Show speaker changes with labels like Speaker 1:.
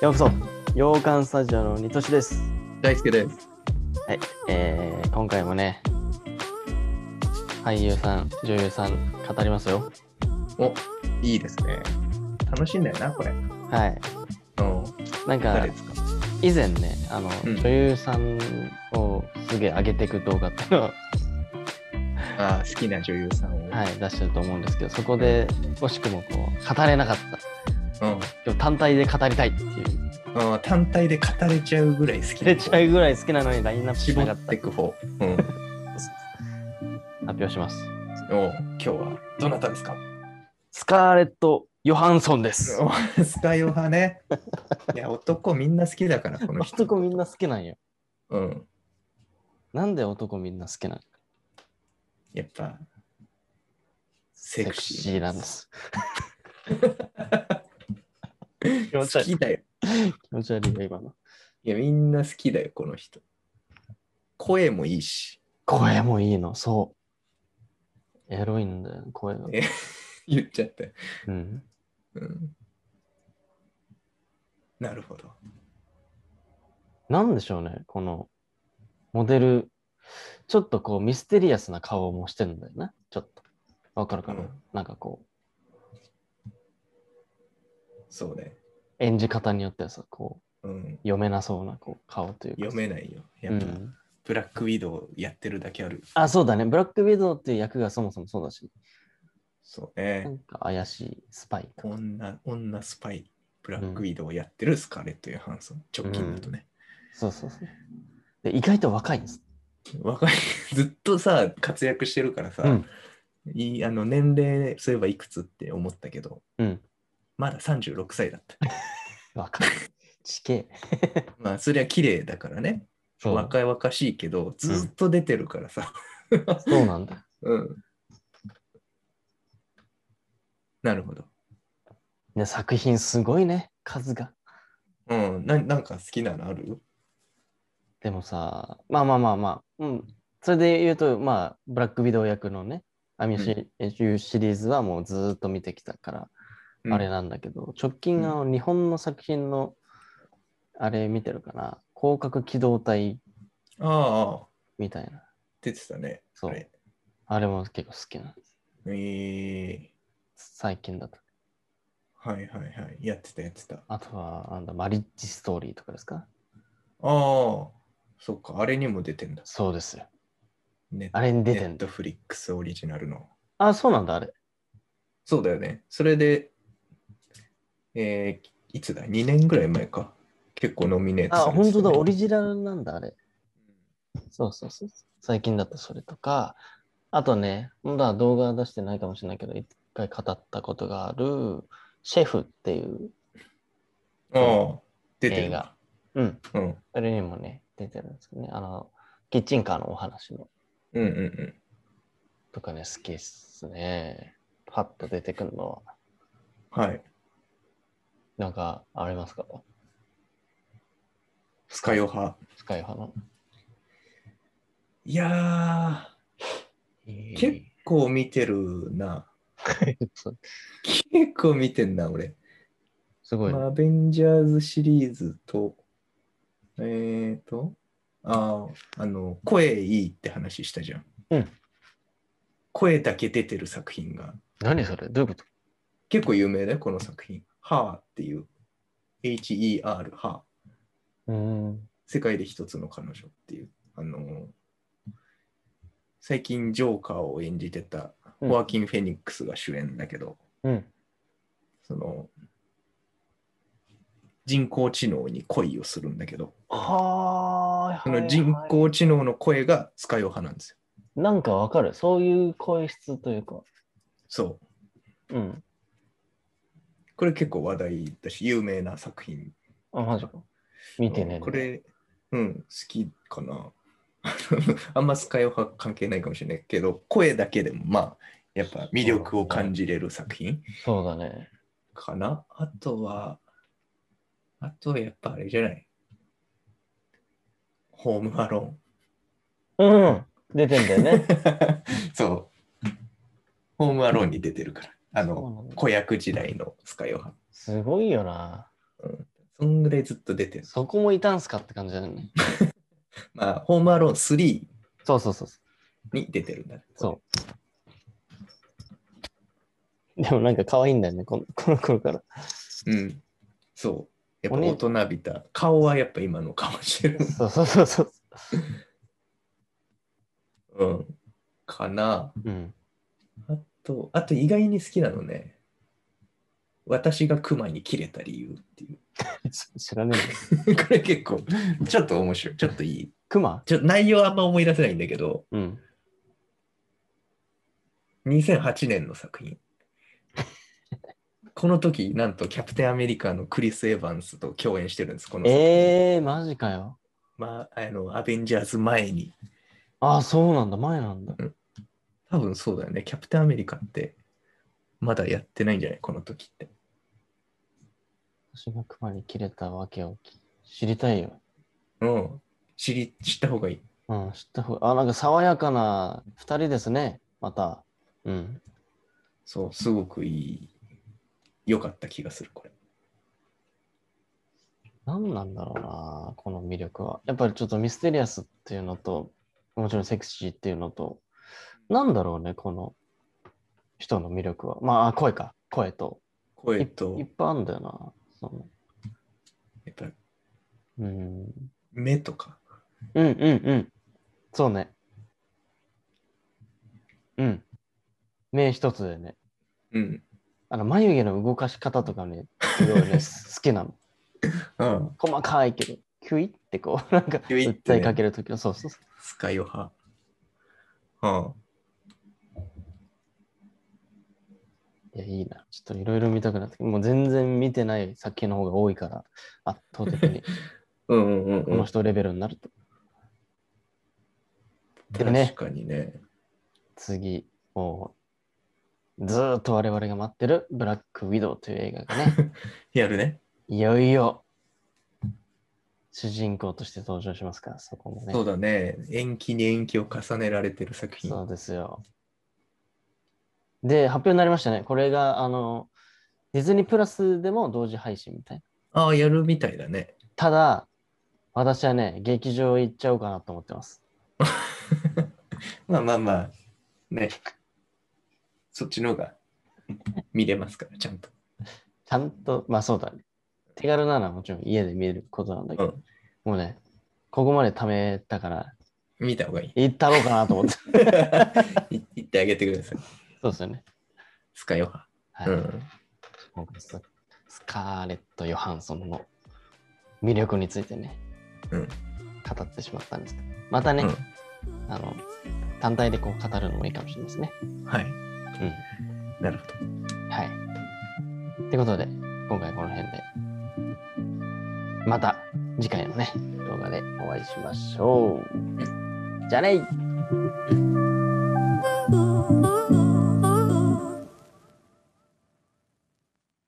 Speaker 1: ようこそ洋館スタジオのにとしです
Speaker 2: 大輔です。
Speaker 1: はい、えー、今回もね俳優さん女優さん語りますよ
Speaker 2: お、いいですね。楽しいんだよな、これ。
Speaker 1: はい
Speaker 2: うん。
Speaker 1: なんか
Speaker 2: 誰ですか
Speaker 1: 以前ねあの、
Speaker 2: うん
Speaker 1: 女優さんをすげえ上げていく動画っていうのを、
Speaker 2: あー好きな女優さんを。
Speaker 1: はい、出してると思うんですけどそこで惜しくもこう語れなかった
Speaker 2: うん
Speaker 1: でも単体で語りたいっていう
Speaker 2: うん。単体で語れちゃうぐらい好き
Speaker 1: 切
Speaker 2: な
Speaker 1: れ
Speaker 2: 方
Speaker 1: ちゃうぐらい好きなのにラインナップし
Speaker 2: 絞
Speaker 1: なかっ
Speaker 2: ったてく方。うん。
Speaker 1: 発表します
Speaker 2: お今日は、どなたですか
Speaker 1: スカーレット・ヨハンソンです
Speaker 2: おスカイオハね。いや、男みんな好きだから、この人。
Speaker 1: 男みんな好きなんよ
Speaker 2: うん。
Speaker 1: なんで男みんな好きなん
Speaker 2: やっぱ、セ
Speaker 1: セ
Speaker 2: ク
Speaker 1: ク
Speaker 2: シ
Speaker 1: シ
Speaker 2: ー。
Speaker 1: ーなんです。 気持ち
Speaker 2: 好
Speaker 1: 悪い。
Speaker 2: きだよ。
Speaker 1: 気持ち悪いよ、今の。
Speaker 2: いや、みんな好きだよ、この人。声もいいし。
Speaker 1: 声もいいの、そう。エロいんだよ、声が。
Speaker 2: え言っちゃったよ。
Speaker 1: うん。
Speaker 2: うんなるほど。
Speaker 1: なんでしょうね、このモデル。ちょっとこうミステリアスな顔もしてるんだよね。ちょっと。わかるかな、
Speaker 2: うん
Speaker 1: なんかこう、
Speaker 2: そうね。
Speaker 1: 演じ方によってはさ、こ
Speaker 2: うん
Speaker 1: う、。読めなそうなこう顔というか。
Speaker 2: 読めないよ。や
Speaker 1: う
Speaker 2: っぱ、
Speaker 1: ん、
Speaker 2: ブラックウィドウやってるだけある。
Speaker 1: あ、そうだね。ブラックウィドウっていう役がそもそもそうだし、
Speaker 2: そう
Speaker 1: な
Speaker 2: ね。
Speaker 1: んか怪しいスパイか。
Speaker 2: 女、女スパイ、ブラックウィドウやってるスカーレット・ヨハンソン。直近だとね。
Speaker 1: そうそうそう。で意外と若いんです。
Speaker 2: 若い、 ずっとさ、活躍してるからさ、
Speaker 1: うん
Speaker 2: いいあの年齢、そういえばいくつって思ったけど、
Speaker 1: うん。
Speaker 2: まだ36歳だった。
Speaker 1: 若い。地形。
Speaker 2: まあ、そりゃ綺麗だからね。
Speaker 1: そう
Speaker 2: 若々しいけど、ずっと出てるからさ。
Speaker 1: そうなんだ。
Speaker 2: うん。なるほど。
Speaker 1: ね、作品すごいね、数が。
Speaker 2: うん。ななんか好きなのある
Speaker 1: でもさ、まあまあまあまあ、うん。それで言うと、まあ、ブラックビデオ役のね、アミシリシリーズはもうずーっと見てきたから、あれ
Speaker 2: な。
Speaker 1: なんだけど、直近の日本の作品の、あれ見てるかな、広角機動隊
Speaker 2: ああああ、
Speaker 1: みたいな。
Speaker 2: 出てたね。
Speaker 1: そう
Speaker 2: あれ
Speaker 1: あれも結構好きなんです。
Speaker 2: え
Speaker 1: 最近だと。
Speaker 2: ー、はいはいはい。やってたやってた。あ
Speaker 1: あとは、なんだ、マリッジストーリーとかですか
Speaker 2: あ、そっか。あれにも出てんだ。
Speaker 1: そうですよ。
Speaker 2: ネ
Speaker 1: あれに出て
Speaker 2: ネッ
Speaker 1: んだ
Speaker 2: ト。フリックスオリジナルの。
Speaker 1: あ、そうなんだ、あれ。
Speaker 2: そうだよね。それで、えー、いつだ ?2 年ぐらい前か。結構ノミネート
Speaker 1: あ、
Speaker 2: されてたね
Speaker 1: 本当だ、オリジナルなんだ、あれ。そうそうそう。最近だとそれとか、あとね、まだ動画は出してないかもしれないけど、一回語ったことがある、シェフっていう、
Speaker 2: ああ、出て
Speaker 1: 映
Speaker 2: る
Speaker 1: 画
Speaker 2: な。
Speaker 1: うん、
Speaker 2: うん。
Speaker 1: あれにもね、出てるんですけどね、あの、キッチンカーのお話の、
Speaker 2: うんうんうん。
Speaker 1: とかね、好きっすね。パッと出てくるのは、
Speaker 2: はい。
Speaker 1: なんか、ありますか
Speaker 2: スカヨ派。
Speaker 1: スカイ派の。
Speaker 2: いやー、結構見てるな。
Speaker 1: そう
Speaker 2: 結構見てんな、俺。
Speaker 1: すごいね、
Speaker 2: まあアベンジャーズシリーズと、えーと、あーあの、声いいって話したじゃん。
Speaker 1: うん
Speaker 2: 声だけ出てる作品が、
Speaker 1: 何それどういうこと
Speaker 2: 結構有名だよ、この作品。ハーっていう、H-E-R、ハ
Speaker 1: う
Speaker 2: ー。
Speaker 1: ーん。
Speaker 2: 世界で一つの彼女っていう、あのー最近ジョーカーを演じてた
Speaker 1: うん
Speaker 2: ホアキン・フェニックスが主演だけど、
Speaker 1: うん。
Speaker 2: その人工知能に恋をするんだけど、
Speaker 1: は
Speaker 2: その人工知能の声が使い派なんですよ。
Speaker 1: なんかわかる。そういう声質というか。
Speaker 2: そう。
Speaker 1: うん。
Speaker 2: これ結構話題だし、有名な作品。
Speaker 1: あ、マジか。見てねえ
Speaker 2: う
Speaker 1: なん
Speaker 2: こ。れ、うん、好きかな。 あんま使い派関係ないかもしれないけど、声だけでもまあ、やっぱ魅力を感じれる作品。
Speaker 1: そうだね。
Speaker 2: かなあとは、あとはやっぱあれじゃないホームアロ
Speaker 1: うん。出てんだよね。
Speaker 2: ーン。そう。ホームアローン に出てるから。あ
Speaker 1: そう
Speaker 2: の
Speaker 1: なん、だ
Speaker 2: 子役時代のスカヨハ。
Speaker 1: すごいよな。
Speaker 2: そんぐらいずっと出てる。
Speaker 1: そこもいたんすかって感じだよね。
Speaker 2: まあ、ホームアローン3
Speaker 1: そうそうそうそ
Speaker 2: に出てるんだね。
Speaker 1: う。そう。でもなんか可愛いんだよね、このこの頃から。
Speaker 2: うん。そう。やっぱ
Speaker 1: おね
Speaker 2: 大人びた。顔はやっぱ今の顔して る。
Speaker 1: そうそうそうそう。
Speaker 2: うん。かな。
Speaker 1: うん。
Speaker 2: あと、あと意外に好きなのね。私が熊に切れた理由ってい
Speaker 1: 知らねえんだよ。
Speaker 2: う。 これ結構、ちょっと面白い。ちょっといい。
Speaker 1: クマ
Speaker 2: ちょっと内容はあんま思い出せないんだけど、
Speaker 1: うん。
Speaker 2: 2008年の作品。この時、なんとキャプテンアメリカのクリス・エヴァンスと共演してるんです、この作品。
Speaker 1: ええー、マジかよ。
Speaker 2: まあ、あの、アベンジャーズ前に。
Speaker 1: ああ、そうなんだ、前なんだ。
Speaker 2: 多分そうだよね。キャプテンアメリカって、まだやってないんじゃないこの時って。
Speaker 1: 私がクマに切れたわけを知りたいよ。
Speaker 2: うん。知り、知った方がいい。
Speaker 1: うん、知った方が。あ、なんか爽やかな2人ですね、また。うん。
Speaker 2: そう、すごくいい。良かった気がする、これ。
Speaker 1: 何なんだろうな、この魅力は。やっぱりちょっとミステリアスっていうのと、もちろんセクシーっていうのと、なんだろうね、この人の魅力は。まあ、声か、声と。
Speaker 2: 声
Speaker 1: い
Speaker 2: と
Speaker 1: いっ、ぱいあるんだよな。その
Speaker 2: やっぱ
Speaker 1: うん、
Speaker 2: 目とか。
Speaker 1: うん、うん、うん。そうね。うん。目一つでね。
Speaker 2: うん。
Speaker 1: あの眉毛の動かし方とかね、すごい ね、好きなの。
Speaker 2: うん。
Speaker 1: 細かいけど、キュイってこう、なん か、
Speaker 2: キュイって
Speaker 1: 訴
Speaker 2: ね
Speaker 1: えかけるときの、そうそうそ
Speaker 2: スカヨ派。うん。
Speaker 1: う。いや、いいな。ちょっといろいろ見たくなってきた、もう全然見てない作品の方が多いから、圧倒的 に、
Speaker 2: うんうん
Speaker 1: この人レベルになると。でね
Speaker 2: 確かにね。
Speaker 1: 次、もう、ずーっと我々が待ってる、ブラックウィドウという映画がね、
Speaker 2: やるね。
Speaker 1: いよいよ、主人公として登場しますから、そこもね。
Speaker 2: そうだね。延期に延期を重ねられてる作品。
Speaker 1: そうですよ。で、発表になりましたね。これが、あの、ディズニープラスでも同時配信みたいな。
Speaker 2: ああ、やるみたいだね。
Speaker 1: ただ、私はね、劇場行っちゃおうかなと思ってます。
Speaker 2: まあまあまあ、ね。そっちの方が見れますから、ちゃんと。
Speaker 1: ちゃんと、まあそうだね。手軽なのはもちろん家で見れることなんだけど、
Speaker 2: う
Speaker 1: もうね、ここまで貯めたから、。
Speaker 2: 見た方がいい
Speaker 1: 行ったろうかなと思って。
Speaker 2: い 言ってあげてください。
Speaker 1: そうですよね。
Speaker 2: スカヨハ。
Speaker 1: はい。
Speaker 2: うん。
Speaker 1: 今回ススカーレット・ヨハンソンの魅力についてね、
Speaker 2: うん
Speaker 1: 語ってしまったんですけど、またね、
Speaker 2: うん
Speaker 1: あの、単体でこう語るのもいいかもしれないですね。
Speaker 2: はい。
Speaker 1: う
Speaker 2: なるほ
Speaker 1: ん。はい。ってことで、今回この辺で、また次回のね、動画でお会いしましょう。じゃあね
Speaker 2: ど。